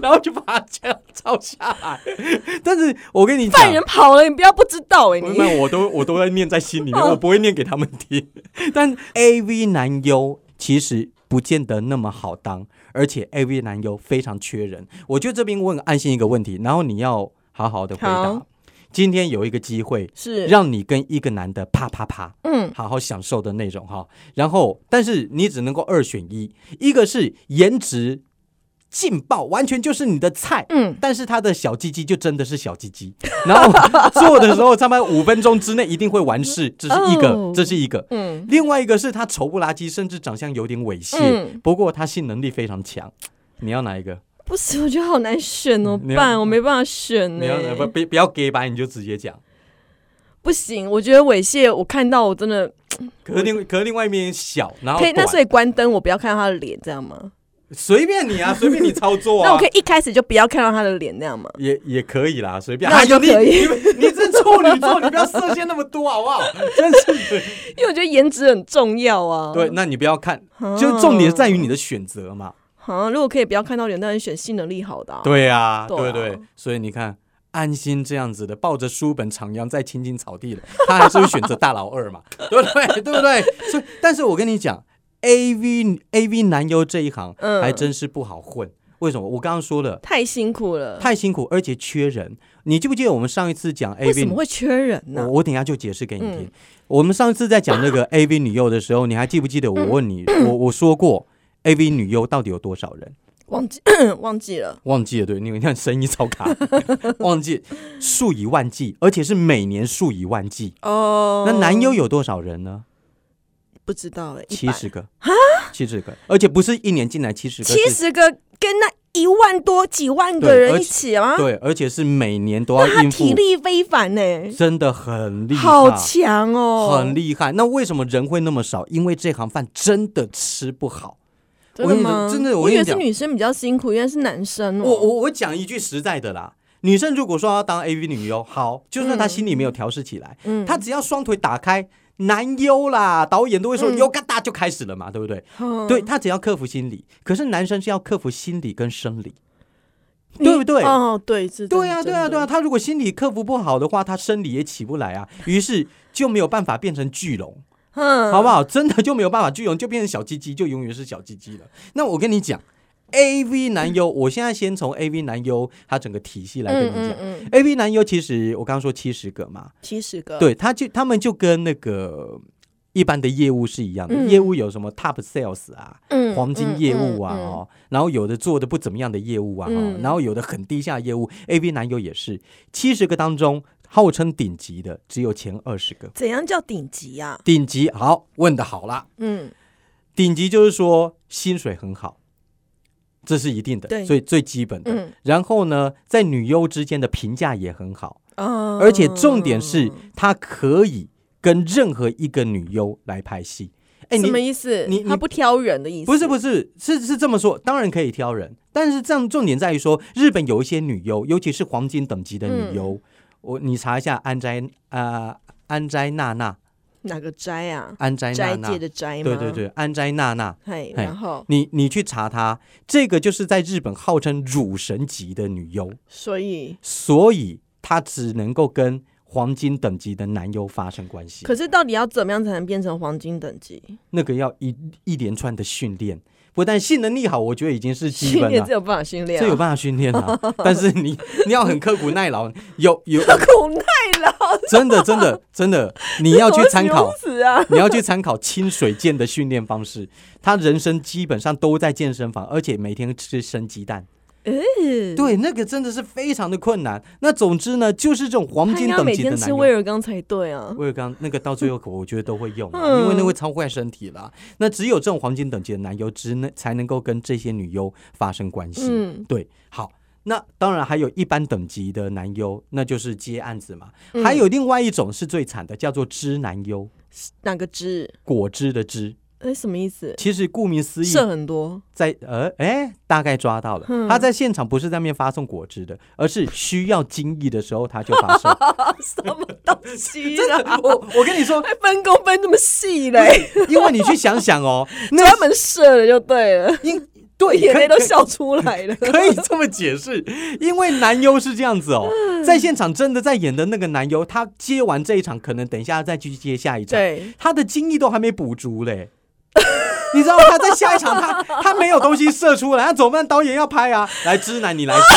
[SPEAKER 1] 然后就把他这样抄下来。 (laughs) 但是我跟你讲，
[SPEAKER 2] 犯人跑了，你不要不知道哎、你
[SPEAKER 1] 那我都我都在念在心
[SPEAKER 2] (laughs)
[SPEAKER 1] 里面，
[SPEAKER 2] 哦
[SPEAKER 1] 我不会念给他们听。 (laughs) 但 A V 男优其实不见得那么好当，而且 A V 男优非常缺人。我就这边问安心一个问题，然后你要好好的回答
[SPEAKER 2] 好。
[SPEAKER 1] 今天有一个机会，
[SPEAKER 2] 是
[SPEAKER 1] 让你跟一个男的啪啪啪，
[SPEAKER 2] 嗯，
[SPEAKER 1] 好好享受的那种哈。然后，但是你只能够二选一，一个是颜值劲爆，完全就是你的菜，
[SPEAKER 2] 嗯，
[SPEAKER 1] 但是他的小鸡鸡就真的是小鸡鸡，然后做的时候，他们五分钟之内一定会完事，这是一个
[SPEAKER 2] 哦，
[SPEAKER 1] 这是一个。
[SPEAKER 2] 嗯，
[SPEAKER 1] 另外一个是他丑不拉几，甚至长相有点猥亵
[SPEAKER 2] 嗯，
[SPEAKER 1] 不过他性能力非常强。你要哪一个？
[SPEAKER 2] 不是，我觉得好难选哦，
[SPEAKER 1] 你要
[SPEAKER 2] 办我没办法选呢、
[SPEAKER 1] 你要哪不不不要给白，你就直接讲。
[SPEAKER 2] 不行，我觉得猥亵，我看到我真的
[SPEAKER 1] 可是另可是另外一面小，然后
[SPEAKER 2] 可以，那
[SPEAKER 1] 短
[SPEAKER 2] 所以关灯，我不要看到他的脸，这样吗？
[SPEAKER 1] 随便你啊，随便你操作啊。
[SPEAKER 2] (laughs) 那我可以一开始就不要看到他的脸，那样吗？
[SPEAKER 1] 也也可以啦，随便。
[SPEAKER 2] 那
[SPEAKER 1] 哎呦，
[SPEAKER 2] 就
[SPEAKER 1] 你
[SPEAKER 2] 可以
[SPEAKER 1] 你你这处女座，你不要设限那么多好
[SPEAKER 2] (laughs)
[SPEAKER 1] 不好？真是的。
[SPEAKER 2] 因为我觉得颜值很重要啊。
[SPEAKER 1] 对，，那你不要看，
[SPEAKER 2] 啊
[SPEAKER 1] 就重点在于你的选择嘛。
[SPEAKER 2] 啊，如果可以不要看到脸，当然选性能力好的、啊。
[SPEAKER 1] 对啊，
[SPEAKER 2] 对
[SPEAKER 1] 对
[SPEAKER 2] 啊
[SPEAKER 1] 对，所以你看。安心这样子的，抱着书本徜徉在青青草地的， (laughs) 他还是会选择大老二嘛， (laughs) 对不对？对不对？所以，但是我跟你讲，A V A V 男优这一行
[SPEAKER 2] 嗯
[SPEAKER 1] 还真是不好混。为什么？我刚刚说了，
[SPEAKER 2] 太辛苦了。
[SPEAKER 1] 太辛苦，而且缺人。你记不记得我们上一次讲 A
[SPEAKER 2] 为
[SPEAKER 1] V
[SPEAKER 2] 什么会缺人呢、
[SPEAKER 1] 我我等一下就解释给你听。
[SPEAKER 2] 嗯
[SPEAKER 1] 我们上次在讲那
[SPEAKER 2] (coughs)
[SPEAKER 1] 个 A V 女优的时候，你还记不记得我问你，我我说
[SPEAKER 2] (coughs)
[SPEAKER 1] 过 A V 女优到底有多少人？
[SPEAKER 2] 忘记 (clears throat) 忘记了，
[SPEAKER 1] 忘记了，对，你你看声音超
[SPEAKER 2] (laughs)
[SPEAKER 1] 卡，忘记数以万计，而且是每年数以万计。
[SPEAKER 2] 哦，
[SPEAKER 1] 那男优有多少人呢？
[SPEAKER 2] 不知道哎，
[SPEAKER 1] 七十个七十个，而且不是一年进来七十个，
[SPEAKER 2] 七
[SPEAKER 1] 是
[SPEAKER 2] 十个跟那一万多几万个
[SPEAKER 1] 对而
[SPEAKER 2] 人
[SPEAKER 1] 且
[SPEAKER 2] 一起啊，
[SPEAKER 1] 对，而且是每年都
[SPEAKER 2] 那
[SPEAKER 1] 要
[SPEAKER 2] 他
[SPEAKER 1] 应付
[SPEAKER 2] 体，力非凡呢、
[SPEAKER 1] 真的很厉害，
[SPEAKER 2] 好强哦，
[SPEAKER 1] 很厉害。那为什么人会那么少？因为这行饭真的吃不好。
[SPEAKER 2] 真
[SPEAKER 1] 我跟
[SPEAKER 2] 的
[SPEAKER 1] 你
[SPEAKER 2] 吗？
[SPEAKER 1] 真的我
[SPEAKER 2] 我
[SPEAKER 1] 跟
[SPEAKER 2] 以
[SPEAKER 1] 你
[SPEAKER 2] 为是
[SPEAKER 1] 讲
[SPEAKER 2] 女生比较辛苦，原来是男生哦。
[SPEAKER 1] 我我我讲一句实在的啦，女生如果说要当 AV 女优，好，就算她心里没有调试起来，
[SPEAKER 2] 嗯
[SPEAKER 1] 她只要双腿打开，男优啦，导演都会说
[SPEAKER 2] 嗯
[SPEAKER 1] 优嘎达就开始了嘛，对不对？
[SPEAKER 2] 嗯
[SPEAKER 1] 对，她只要克服心理，可是男生是要克服心理跟生理，对不对？
[SPEAKER 2] 哦，对，是真的。
[SPEAKER 1] 对呀、对呀、啊
[SPEAKER 2] 真的
[SPEAKER 1] 对呀、他如果心理克服不好的话，他生理也起不来啊，于是就没有办法变成巨龙。
[SPEAKER 2] 嗯，
[SPEAKER 1] 好不好？真的就没有办法聚拢，就变成小鸡鸡，就永远是小鸡鸡了。那我跟你讲，A V 男
[SPEAKER 2] (laughs)
[SPEAKER 1] 优，我现在先从 A V 男优他整个体系来跟
[SPEAKER 2] 嗯
[SPEAKER 1] 你
[SPEAKER 2] 嗯
[SPEAKER 1] 讲。
[SPEAKER 2] 嗯，
[SPEAKER 1] A V 男优其实我刚刚说七十个嘛，
[SPEAKER 2] 七十个，，
[SPEAKER 1] 对，他就他们就跟那个一般的业务是一样的，
[SPEAKER 2] 嗯
[SPEAKER 1] 业务有什么 Top Sales 啊，
[SPEAKER 2] 嗯，
[SPEAKER 1] 黄金业务啊，
[SPEAKER 2] 嗯嗯嗯
[SPEAKER 1] 哦，然后有的做的不怎么样的业务啊，哦
[SPEAKER 2] 嗯，
[SPEAKER 1] 然后有的很低下业务，A V 男优也是，七十个当中号称顶级的只有前二十个，
[SPEAKER 2] 怎样叫顶级啊？
[SPEAKER 1] 顶级好问的好啦。
[SPEAKER 2] 嗯，
[SPEAKER 1] 顶级就是说薪水很好，这是一定的，
[SPEAKER 2] 对
[SPEAKER 1] 最最基本的。
[SPEAKER 2] 嗯
[SPEAKER 1] 然后呢，在女优之间的评价也很好，呃
[SPEAKER 2] 哦，
[SPEAKER 1] 而且重点是她可以跟任何一个女优来拍戏。哎，
[SPEAKER 2] 什么
[SPEAKER 1] 你
[SPEAKER 2] 意思？
[SPEAKER 1] 你你
[SPEAKER 2] 他不挑人的意思？
[SPEAKER 1] 不是不是是是这么说，当然可以挑人，但是这样重点在于说，日本有一些女优，尤其是黄金等级的女优，
[SPEAKER 2] 嗯
[SPEAKER 1] 我你查一下安斋啊、安斋娜娜，
[SPEAKER 2] 哪个斋啊？
[SPEAKER 1] 安斋娜
[SPEAKER 2] 斋
[SPEAKER 1] 娜
[SPEAKER 2] 戒，的斋吗？
[SPEAKER 1] 对对，对，安斋娜娜，
[SPEAKER 2] 嗨，
[SPEAKER 1] 嘿
[SPEAKER 2] 然后
[SPEAKER 1] 你你去查她，这个就是在日本号称乳神级的女优，
[SPEAKER 2] 所以，
[SPEAKER 1] 所以她只能够跟黄金等级的男优发生关系。
[SPEAKER 2] 可是到底要怎么样才能变成黄金等级？
[SPEAKER 1] 那个要一一连串的训练，不但性能力好，我觉得已经是基
[SPEAKER 2] 训
[SPEAKER 1] 本
[SPEAKER 2] 练
[SPEAKER 1] 了
[SPEAKER 2] 这。有办法训练、啊，
[SPEAKER 1] 这有办法训练
[SPEAKER 2] (laughs)
[SPEAKER 1] 啊，但是你你要很刻苦耐劳，有有
[SPEAKER 2] 苦耐劳，
[SPEAKER 1] 真的真的真的，你要去参考，
[SPEAKER 2] 死啊！
[SPEAKER 1] 你要去参考清水健的训练方式，他人生基本上都在健身房，而且每天吃生鸡蛋，
[SPEAKER 2] 嗯，
[SPEAKER 1] 对，啊那个真的是非常的困难。那总之呢，就是这种黄
[SPEAKER 2] 他应
[SPEAKER 1] 金
[SPEAKER 2] 该
[SPEAKER 1] 等
[SPEAKER 2] 每
[SPEAKER 1] 级的
[SPEAKER 2] 天
[SPEAKER 1] 难
[SPEAKER 2] 吃
[SPEAKER 1] 用。
[SPEAKER 2] 威尔刚才对啊。
[SPEAKER 1] 威尔刚那个到最后，我觉得都会用啊、
[SPEAKER 2] 嗯
[SPEAKER 1] 因为那会超坏身体啦。那只有这种黄金等级的男优，只能才能够跟这些女优发生关系。
[SPEAKER 2] 嗯，
[SPEAKER 1] 对，好，那当然还有一般等级的男优，那就是接案子嘛。
[SPEAKER 2] 嗯
[SPEAKER 1] 还有另外一种是最惨的，叫做知男优，
[SPEAKER 2] 哪个汁？
[SPEAKER 1] 果汁的汁。
[SPEAKER 2] 哎，什么意思？
[SPEAKER 1] 其实顾名思义，
[SPEAKER 2] 剩很多，
[SPEAKER 1] 在呃哎，大概抓到了。
[SPEAKER 2] 嗯
[SPEAKER 1] 他在现场不是在那边发送果汁的，而是需要精益的时候他就发
[SPEAKER 2] (laughs)
[SPEAKER 1] 送。
[SPEAKER 2] 什么东
[SPEAKER 1] 啊
[SPEAKER 2] 西
[SPEAKER 1] 真的
[SPEAKER 2] 啊？，
[SPEAKER 1] 我我跟你说，
[SPEAKER 2] 还分工分这么细嘞，
[SPEAKER 1] 因为你去想想哦，那
[SPEAKER 2] (laughs) 专门设了就对了，
[SPEAKER 1] 因对
[SPEAKER 2] 眼
[SPEAKER 1] 可以
[SPEAKER 2] 泪都
[SPEAKER 1] 可以
[SPEAKER 2] 笑出来
[SPEAKER 1] (laughs)
[SPEAKER 2] 了。
[SPEAKER 1] 可以这么解释，因为男优是这样子哦，
[SPEAKER 2] 嗯
[SPEAKER 1] 在现场真的在演的那个男优，他接完这一场，可能等一下再去接下一场，
[SPEAKER 2] 对，
[SPEAKER 1] 他的精力都还没补足嘞。你知道他在下一场他他没有东西射出来，那怎么办？导演要拍啊，来知男你来射，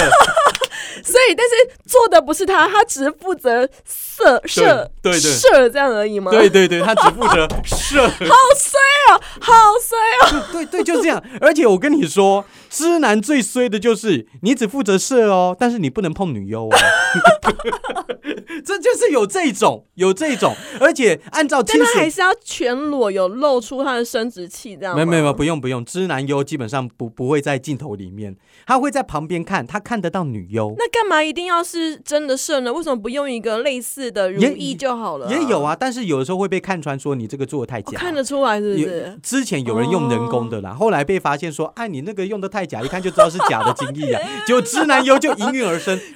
[SPEAKER 2] 所以但是做的不是他，他只是负责射射
[SPEAKER 1] 对对对
[SPEAKER 2] 射这样而已
[SPEAKER 1] (laughs)
[SPEAKER 2] 吗？
[SPEAKER 1] 对对对，他只负责射，
[SPEAKER 2] 好衰哦，好衰哦，
[SPEAKER 1] 对对，就这样。而且我跟你说，知男最衰的就是你只负责射哦，但是你不能碰女优哦。 (laughs) 这就是有这种，有这种，而且按照
[SPEAKER 2] 但
[SPEAKER 1] 清
[SPEAKER 2] 他还
[SPEAKER 1] 水。
[SPEAKER 2] 是要全裸，有露出他的生殖器这样吗。
[SPEAKER 1] 没有没有没有，不用不用，知男优基本上不不会在镜头里面，他会在旁边看，他看得到女优。
[SPEAKER 2] 那干嘛一定要是真的射呢？为什么不用一个类似的如
[SPEAKER 1] 也
[SPEAKER 2] 意就好了、
[SPEAKER 1] 也有，啊，但是有的时候会被看穿，说你这个做的太
[SPEAKER 2] 我
[SPEAKER 1] 假。
[SPEAKER 2] 哦看得出来是不哦
[SPEAKER 1] 有
[SPEAKER 2] 是？
[SPEAKER 1] 之前有人用人工的啦，后来被发现说，哎，你那个用的太假，一看就知道是假的精液啊。
[SPEAKER 2] (laughs)
[SPEAKER 1] 结果知男优就应运而生，
[SPEAKER 2] (laughs)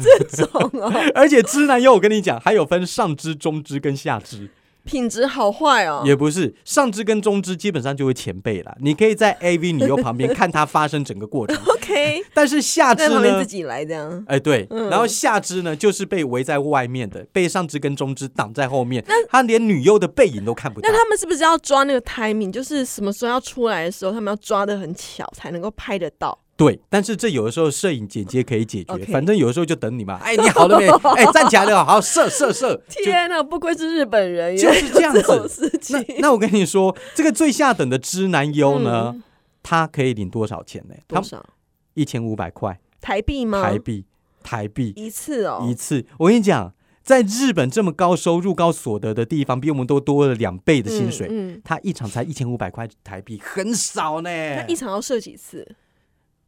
[SPEAKER 2] 这种啊，
[SPEAKER 1] 而且知男优，我跟你讲，还有分上肢、中肢跟下肢，
[SPEAKER 2] 品质好坏哦。
[SPEAKER 1] 也不是上肢跟中肢基本上就会前辈啦。你可以在 AV 女优旁边看她发生整个过程，
[SPEAKER 2] OK，
[SPEAKER 1] 但是下肢
[SPEAKER 2] 在旁边
[SPEAKER 1] 呢
[SPEAKER 2] 自？己来这样。
[SPEAKER 1] 哎，对，
[SPEAKER 2] 嗯
[SPEAKER 1] 然后下肢呢，就是被围在外面的，被上肢跟中肢挡在后面，她连女优的背影都看不到
[SPEAKER 2] 那。他们是不是要抓那个 timing？就是什么时候要出来的时候，他们要抓的很巧，才能够拍得到。
[SPEAKER 1] 对，但是这有的时候摄影姐姐可以解决，
[SPEAKER 2] OK
[SPEAKER 1] 反正有的时候就等你
[SPEAKER 2] (laughs)
[SPEAKER 1] 嘛。哎，你好了没？ (laughs) 哎，站起来了，好射射射，就
[SPEAKER 2] 天啊哪，不愧是日本人，
[SPEAKER 1] 就
[SPEAKER 2] 原
[SPEAKER 1] 是这样
[SPEAKER 2] 来有这种
[SPEAKER 1] 子。
[SPEAKER 2] 事
[SPEAKER 1] 那
[SPEAKER 2] 情。嗯
[SPEAKER 1] 那我跟你说，这个最下等的知男优呢，他可以领多少钱呢？他
[SPEAKER 2] 多少
[SPEAKER 1] 一千五百块
[SPEAKER 2] 台币吗？
[SPEAKER 1] 台币，台币
[SPEAKER 2] 一次哦，
[SPEAKER 1] 一次。我跟你讲，在日本这么高收入、高所得的地方，比我们都多了两倍的薪水。
[SPEAKER 2] 嗯，嗯
[SPEAKER 1] 他一场才一千五百块台币，很少呢。
[SPEAKER 2] 那一场要射几次？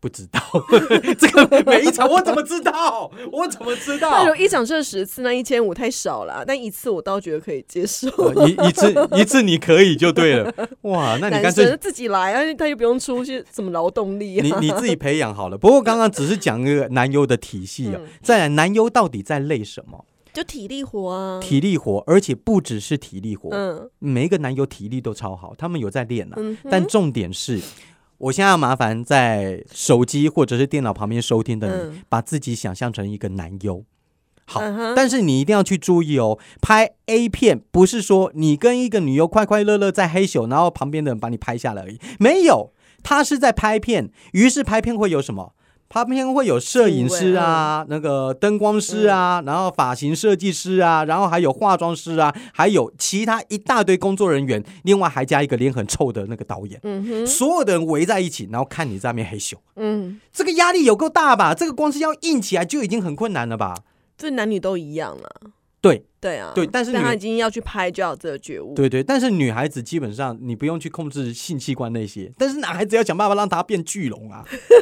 [SPEAKER 1] 不知道 (laughs) 这个每一场，我怎么知道？我怎么知
[SPEAKER 2] 那
[SPEAKER 1] 道
[SPEAKER 2] 如？果一场射十次，那一千五太少了啊，但一次我倒觉得可以接受。
[SPEAKER 1] 呃一一次一次你可以就对了，哇， (laughs) 那你
[SPEAKER 2] 男
[SPEAKER 1] 干
[SPEAKER 2] 生
[SPEAKER 1] 脆
[SPEAKER 2] 自己来啊，他又不用出去什么劳动力啊。
[SPEAKER 1] 你你自己培养好了。不过刚刚只是讲那个男优的体系啊，
[SPEAKER 2] 嗯
[SPEAKER 1] 再来男优到底在累什么？
[SPEAKER 2] 就体力活啊，
[SPEAKER 1] 体力活，而且不只是体力活，
[SPEAKER 2] 嗯
[SPEAKER 1] 每一个男优体力都超好，他们有在练啊。
[SPEAKER 2] 嗯哼，
[SPEAKER 1] 但重点是，我现在要麻烦在手机或者是电脑旁边收听的你，
[SPEAKER 2] 嗯
[SPEAKER 1] 把自己想象成一个男优。好，
[SPEAKER 2] 嗯哼
[SPEAKER 1] 但是你一定要去注意哦，拍 A 片不是说你跟一个女优快快乐乐在黑咻，然后旁边的人把你拍下来而已，没有，他是在拍片，于是拍片会有什么？拍片会有摄影师
[SPEAKER 2] 嗯
[SPEAKER 1] 啊，那个灯光师啊，然后发型设计师啊，然后还有化妆师啊，还有其他一大堆工作人员，另外还加一个脸很臭的那个导演，
[SPEAKER 2] 嗯哼
[SPEAKER 1] 所有的人围在一起，然后看你在那边黑咻，
[SPEAKER 2] 嗯，
[SPEAKER 1] 这个压力有够大吧？这个光是要硬起来就已经很困难了吧？
[SPEAKER 2] 这男女都一样啊。
[SPEAKER 1] 对
[SPEAKER 2] 对啊，
[SPEAKER 1] 对但是
[SPEAKER 2] 他
[SPEAKER 1] 女
[SPEAKER 2] 已经要去拍，就要有这个觉悟。
[SPEAKER 1] 对对，但是女孩子基本上你不用去控制性器官那些，但是男孩子要想办法让他变巨龙啊， (laughs)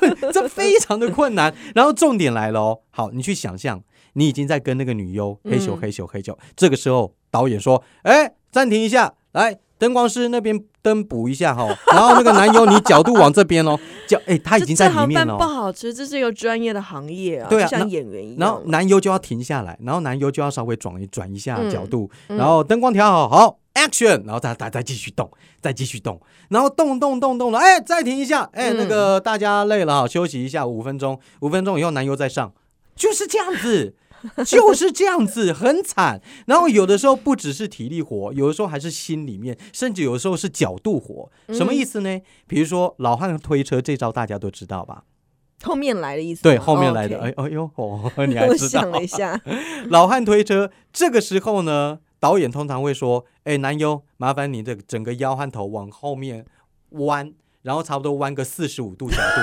[SPEAKER 1] 对，这非常的困难。然后重点来了哦，好，你去想象，你已经在跟那个女优
[SPEAKER 2] 嗯
[SPEAKER 1] 嘿咻嘿咻嘿咻，这个时候导演说，哎，暂停一下，来。灯光师那边灯补一下哈、然后那个男优你角度往这边哦，角哎他
[SPEAKER 2] 这，
[SPEAKER 1] 已经在
[SPEAKER 2] 这
[SPEAKER 1] 里
[SPEAKER 2] 行
[SPEAKER 1] 面
[SPEAKER 2] 饭
[SPEAKER 1] 了
[SPEAKER 2] 不
[SPEAKER 1] 哦，
[SPEAKER 2] 好吃，这是一个专业的行业啊，
[SPEAKER 1] 对啊
[SPEAKER 2] 就像
[SPEAKER 1] 然
[SPEAKER 2] 演员一样。
[SPEAKER 1] 然后男优就要停下来，然后男优就要稍微转一转一下
[SPEAKER 2] 嗯
[SPEAKER 1] 角度，
[SPEAKER 2] 嗯
[SPEAKER 1] 然后灯光调好，好，action，然后再再再继续动，再继续动，然后动动动动了，哎，再停一下，哎，
[SPEAKER 2] 嗯
[SPEAKER 1] 那个大家累了哈，休息一下五分钟，五分钟以后男优再上，就是这样子。 (laughs) 就是这样子，很惨。然后有的时候不只是体力活，有的时候还是心里面，甚至有的时候是角度活。
[SPEAKER 2] 嗯
[SPEAKER 1] 什么意思呢？比如说老汉推车这招大家都知道吧？
[SPEAKER 2] 后面来的意思吗，
[SPEAKER 1] 对，后面来的，
[SPEAKER 2] 哦
[SPEAKER 1] 哎
[SPEAKER 2] ，OK
[SPEAKER 1] 哎呦，哦，你还
[SPEAKER 2] 我
[SPEAKER 1] 知道？
[SPEAKER 2] 想了一下， (laughs)
[SPEAKER 1] 老汉推车，这个时候呢，导演通常会说：“哎，男优，麻烦你的整个腰和头往后面弯，然后差不多弯个四十五度角度。”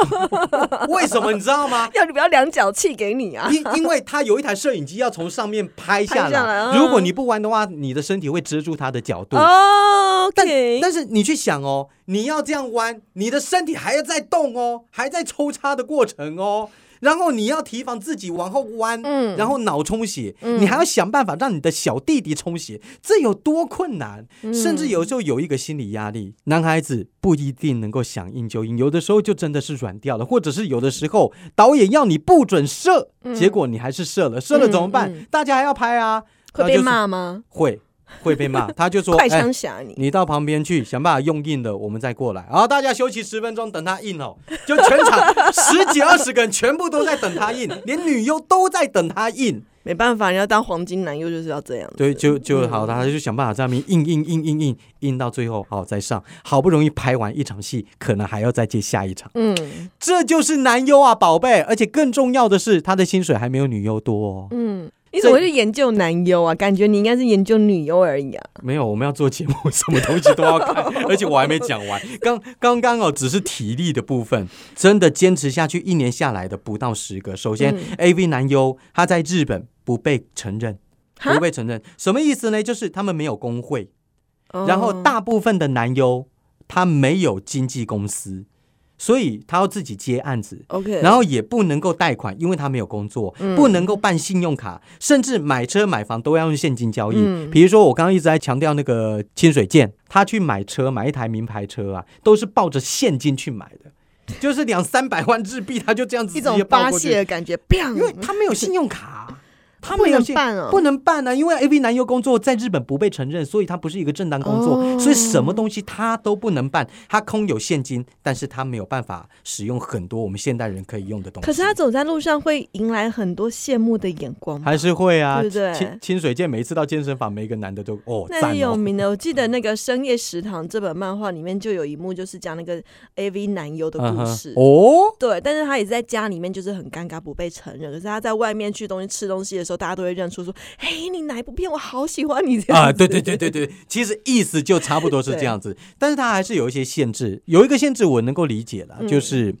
[SPEAKER 2] (laughs)
[SPEAKER 1] 为什么你知道吗？
[SPEAKER 2] 要你不要量脚气给你啊？
[SPEAKER 1] 因因为它有一台摄影机要从上面拍下
[SPEAKER 2] 拍下来
[SPEAKER 1] 来，
[SPEAKER 2] 嗯
[SPEAKER 1] 如果你不玩的话，你的身体会遮住它的角度。
[SPEAKER 2] 哦
[SPEAKER 1] 但
[SPEAKER 2] ，OK，
[SPEAKER 1] 但是你去想哦，你要这样弯，你的身体还要在动哦，还在抽插的过程哦，然后你要提防自己往后弯，
[SPEAKER 2] 嗯
[SPEAKER 1] 然后脑充血，
[SPEAKER 2] 嗯
[SPEAKER 1] 你还要想办法让你的小弟弟充血，这有多困难？
[SPEAKER 2] 嗯
[SPEAKER 1] 甚至有时候有一个心理压力，男孩子不一定能够想应就应，有的时候就真的是软掉了，或者是有的时候导演要你不准射，结果你还是射了，射了怎么办？
[SPEAKER 2] 嗯嗯嗯
[SPEAKER 1] 大家还要拍啊，然后
[SPEAKER 2] 会
[SPEAKER 1] 就
[SPEAKER 2] 被
[SPEAKER 1] 是
[SPEAKER 2] 骂吗？
[SPEAKER 1] 会会被骂，他就说
[SPEAKER 2] (laughs) 快
[SPEAKER 1] 哎
[SPEAKER 2] 枪侠你，
[SPEAKER 1] 你到旁边去想办法用硬的，我们再过来。然后大家休息十分钟，等他硬哦。就全场十几二十个人全部都在等他硬，连女优都在等他硬。
[SPEAKER 2] 没办法，你要当黄金男优就是要这样子。
[SPEAKER 1] 对，就就好，他就想办法在那边硬硬硬硬硬硬到最后，好再上。好不容易拍完一场戏，可能还要再接下一场。
[SPEAKER 2] 嗯
[SPEAKER 1] 这就是男优啊，宝贝！而且更重要的是，他的薪水还没有女优多、哦。
[SPEAKER 2] 嗯，你怎么会去研究男优啊？感觉你应该是研究女优而已啊。
[SPEAKER 1] 没有，我们要做节目，什么东西都要
[SPEAKER 2] (laughs)
[SPEAKER 1] 看，而且我还没讲完。刚刚刚哦，只是体力的部分，真的坚持下去，一年下来的不到十个。首
[SPEAKER 2] 嗯
[SPEAKER 1] 先、a v 男优他在日本不被承认，
[SPEAKER 2] 哈
[SPEAKER 1] 不被承认，什么意思呢？就是他们没有工会，
[SPEAKER 2] 哦
[SPEAKER 1] 然后大部分的男优他没有经纪公司，所以他要自己接案子。
[SPEAKER 2] OK，
[SPEAKER 1] 然后也不能够贷款，因为他没有工作，
[SPEAKER 2] 嗯
[SPEAKER 1] 不能够办信用卡，甚至买车买房都要用现金交易。
[SPEAKER 2] 嗯
[SPEAKER 1] 比如说，我刚刚一直在强调那个清水健，他去买车买一台名牌车啊，都是抱着现金去买
[SPEAKER 2] (laughs)
[SPEAKER 1] 的，就是两三百万日币，他就这样子
[SPEAKER 2] 一
[SPEAKER 1] 直
[SPEAKER 2] 种
[SPEAKER 1] 接抱
[SPEAKER 2] 发
[SPEAKER 1] 过去
[SPEAKER 2] 泄，的感觉，砰
[SPEAKER 1] 因为他没有信用卡。啊他
[SPEAKER 2] 不
[SPEAKER 1] 没有
[SPEAKER 2] 能
[SPEAKER 1] 信
[SPEAKER 2] 办哦
[SPEAKER 1] 不能办啊！因为 A V 男优工作在日本不被承认，所以他不是一个正当工作，
[SPEAKER 2] 哦
[SPEAKER 1] 所以什么东西他都不能办。他空有现金，但是他没有办法使用很多我们现代人可以用的东西。
[SPEAKER 2] 可是他走在路上会迎来很多羡慕的眼光吧，
[SPEAKER 1] 还是会啊，
[SPEAKER 2] 对不对
[SPEAKER 1] 清清水健每一次到健身房，每一个男的都哦，
[SPEAKER 2] 那
[SPEAKER 1] 赞
[SPEAKER 2] 是有
[SPEAKER 1] 哦。
[SPEAKER 2] 名
[SPEAKER 1] (laughs)
[SPEAKER 2] 的。我记得那个《深夜食堂》这本漫画里面就有一幕，就是讲那个 AV 男优的
[SPEAKER 1] 嗯
[SPEAKER 2] 故
[SPEAKER 1] 哼
[SPEAKER 2] 事。
[SPEAKER 1] 哦，
[SPEAKER 2] 对，但是他也在家里面就是很尴尬，不被承认。可是他在外面去东西吃东西的时候，大家都会认出说：“嘿，你哪一部片我好喜欢你这样。”
[SPEAKER 1] 啊，对对对对对，其实意思就差不多是这样子，但是他还是有一些限制，有一个限制我能够理解了，
[SPEAKER 2] 嗯
[SPEAKER 1] 就是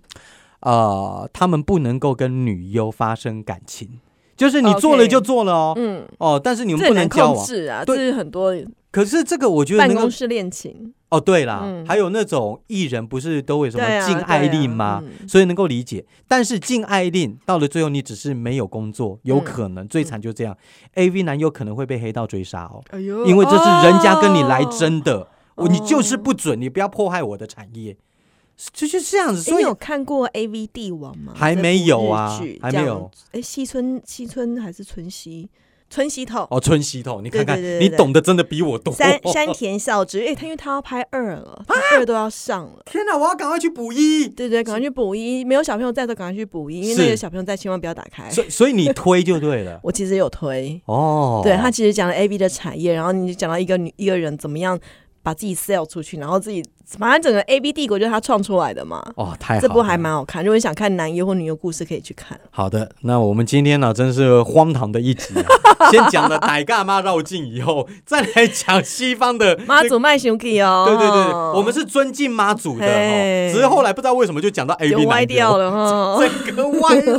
[SPEAKER 1] 呃，他们不能够跟女优发生感情，就是你做了
[SPEAKER 2] OK
[SPEAKER 1] 就做了哦，
[SPEAKER 2] 嗯，
[SPEAKER 1] 哦，但是你们
[SPEAKER 2] 这
[SPEAKER 1] 不
[SPEAKER 2] 很
[SPEAKER 1] 能
[SPEAKER 2] 难
[SPEAKER 1] 交
[SPEAKER 2] 控
[SPEAKER 1] 往。
[SPEAKER 2] 制啊，
[SPEAKER 1] 对
[SPEAKER 2] 这是很多
[SPEAKER 1] 可是这个我觉得
[SPEAKER 2] 办
[SPEAKER 1] 能够
[SPEAKER 2] 公室恋情。
[SPEAKER 1] 哦，对啦，
[SPEAKER 2] 嗯
[SPEAKER 1] 还有那种艺人不是都会什么
[SPEAKER 2] 对啊
[SPEAKER 1] 禁爱令吗？
[SPEAKER 2] 对啊嗯
[SPEAKER 1] 所以能够理解。但是禁爱令到了最后，你只是没有工作，
[SPEAKER 2] 嗯
[SPEAKER 1] 有可能、最惨就这样。A V 男有可能会被黑道追杀哦，
[SPEAKER 2] 哎呦
[SPEAKER 1] 因为这是人家跟你来争的，我、
[SPEAKER 2] 哦
[SPEAKER 1] 你就是不准，你不要迫害我的产业，就就是这样子。
[SPEAKER 2] 哦诶
[SPEAKER 1] 所
[SPEAKER 2] 你
[SPEAKER 1] 以
[SPEAKER 2] 有看过《A V 帝王》吗？
[SPEAKER 1] 还没有啊
[SPEAKER 2] 这部日剧
[SPEAKER 1] 还没有。
[SPEAKER 2] 哎，西村西村还是村西村西透，
[SPEAKER 1] 哦，春熙头，你看看，
[SPEAKER 2] 对对对对
[SPEAKER 1] 你懂得真的比我多。
[SPEAKER 2] 山山田孝之，哎、他因为他要拍二了，
[SPEAKER 1] 啊
[SPEAKER 2] 他二都要上了。
[SPEAKER 1] (laughs) 天哪，我要赶快去补一。
[SPEAKER 2] 对对，赶快去补一，没有小朋友在的赶快去补一，因为
[SPEAKER 1] 是
[SPEAKER 2] 那个小朋友在千万不要打开。
[SPEAKER 1] 所以所以你推就对
[SPEAKER 2] (laughs)
[SPEAKER 1] 了
[SPEAKER 2] 我其实有推，
[SPEAKER 1] 哦。
[SPEAKER 2] 对他其实讲了 A B 的产业，然后你就讲到一个女一个人怎么样把自己 sell 出去，然后自己反正整个 A B 帝国就是他创出来的嘛。
[SPEAKER 1] 哦，太好
[SPEAKER 2] 这部
[SPEAKER 1] 了
[SPEAKER 2] 还蛮好看，如果你想看男优或女优故事，可以去看。
[SPEAKER 1] 好的，那我们今天呢、真是荒唐的一集、
[SPEAKER 2] (laughs)
[SPEAKER 1] 啊。先讲了傣干妈绕境以后，再来讲西方
[SPEAKER 2] (laughs)
[SPEAKER 1] 的
[SPEAKER 2] 妈
[SPEAKER 1] 这个。
[SPEAKER 2] 祖卖兄弟哦，
[SPEAKER 1] 对对对，我们是尊敬妈祖的哦，
[SPEAKER 2] 嘿
[SPEAKER 1] 只是后来不知道为什么就讲到 A
[SPEAKER 2] 就
[SPEAKER 1] B
[SPEAKER 2] 歪
[SPEAKER 1] (laughs)
[SPEAKER 2] 掉
[SPEAKER 1] 了，
[SPEAKER 2] 了嗯哈。
[SPEAKER 1] 整个歪楼。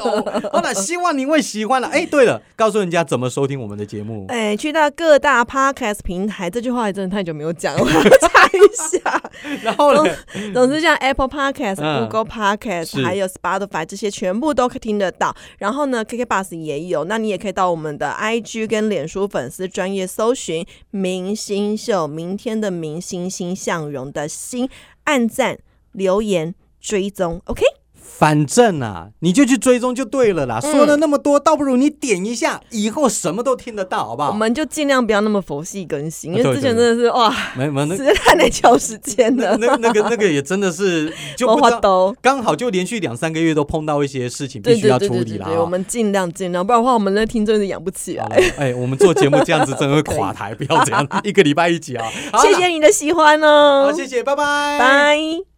[SPEAKER 1] 好了，希望您会喜欢了。哎，对了，告诉人家怎么收听我们的节目。
[SPEAKER 2] 哎，去到各大 podcast 平台，这句话也真的太久没有
[SPEAKER 1] (laughs)
[SPEAKER 2] 讲了，我要查一下。
[SPEAKER 1] 然后呢，
[SPEAKER 2] 总之，像 Apple Podcast、
[SPEAKER 1] 嗯
[SPEAKER 2] Google
[SPEAKER 1] 是
[SPEAKER 2] Podcast，还有 Spotify 这些全部都可以听得到。然后呢，KK Bus 也有，那你也可以到我们的 IG 跟脸书粉丝专业搜寻“明星秀”，明天的明星星向荣的星，按赞、留言、追踪，OK？
[SPEAKER 1] 反正啊，你就去追踪就对了啦。
[SPEAKER 2] 嗯
[SPEAKER 1] 说了那么多，倒不如你点一下，以后什么都听得到，好不
[SPEAKER 2] 我
[SPEAKER 1] 好？
[SPEAKER 2] 们就尽量不要那么佛系更新，因
[SPEAKER 1] 对
[SPEAKER 2] 为之前真的是哇，
[SPEAKER 1] 没没那
[SPEAKER 2] 实在 (laughs) 太难敲时间
[SPEAKER 1] 那
[SPEAKER 2] 了，
[SPEAKER 1] 那那个那个也真的是就
[SPEAKER 2] 我
[SPEAKER 1] 不知
[SPEAKER 2] 花
[SPEAKER 1] 道。
[SPEAKER 2] 兜。
[SPEAKER 1] 刚好就连续两三个月都碰到一些事情必
[SPEAKER 2] 对
[SPEAKER 1] 须
[SPEAKER 2] 对
[SPEAKER 1] 要
[SPEAKER 2] 对
[SPEAKER 1] 处
[SPEAKER 2] 对
[SPEAKER 1] 理
[SPEAKER 2] 对
[SPEAKER 1] 了
[SPEAKER 2] 对，我
[SPEAKER 1] 啊。
[SPEAKER 2] 们尽量尽量，不然的话我们那听众是养不起来
[SPEAKER 1] 好。了哎，我们做节目这样子真的会垮
[SPEAKER 2] (laughs)
[SPEAKER 1] 台，不要这样，一个礼拜一集啊。好啦
[SPEAKER 2] 谢，谢你的喜欢
[SPEAKER 1] 好，
[SPEAKER 2] 哦，
[SPEAKER 1] 谢谢，拜拜，
[SPEAKER 2] 拜。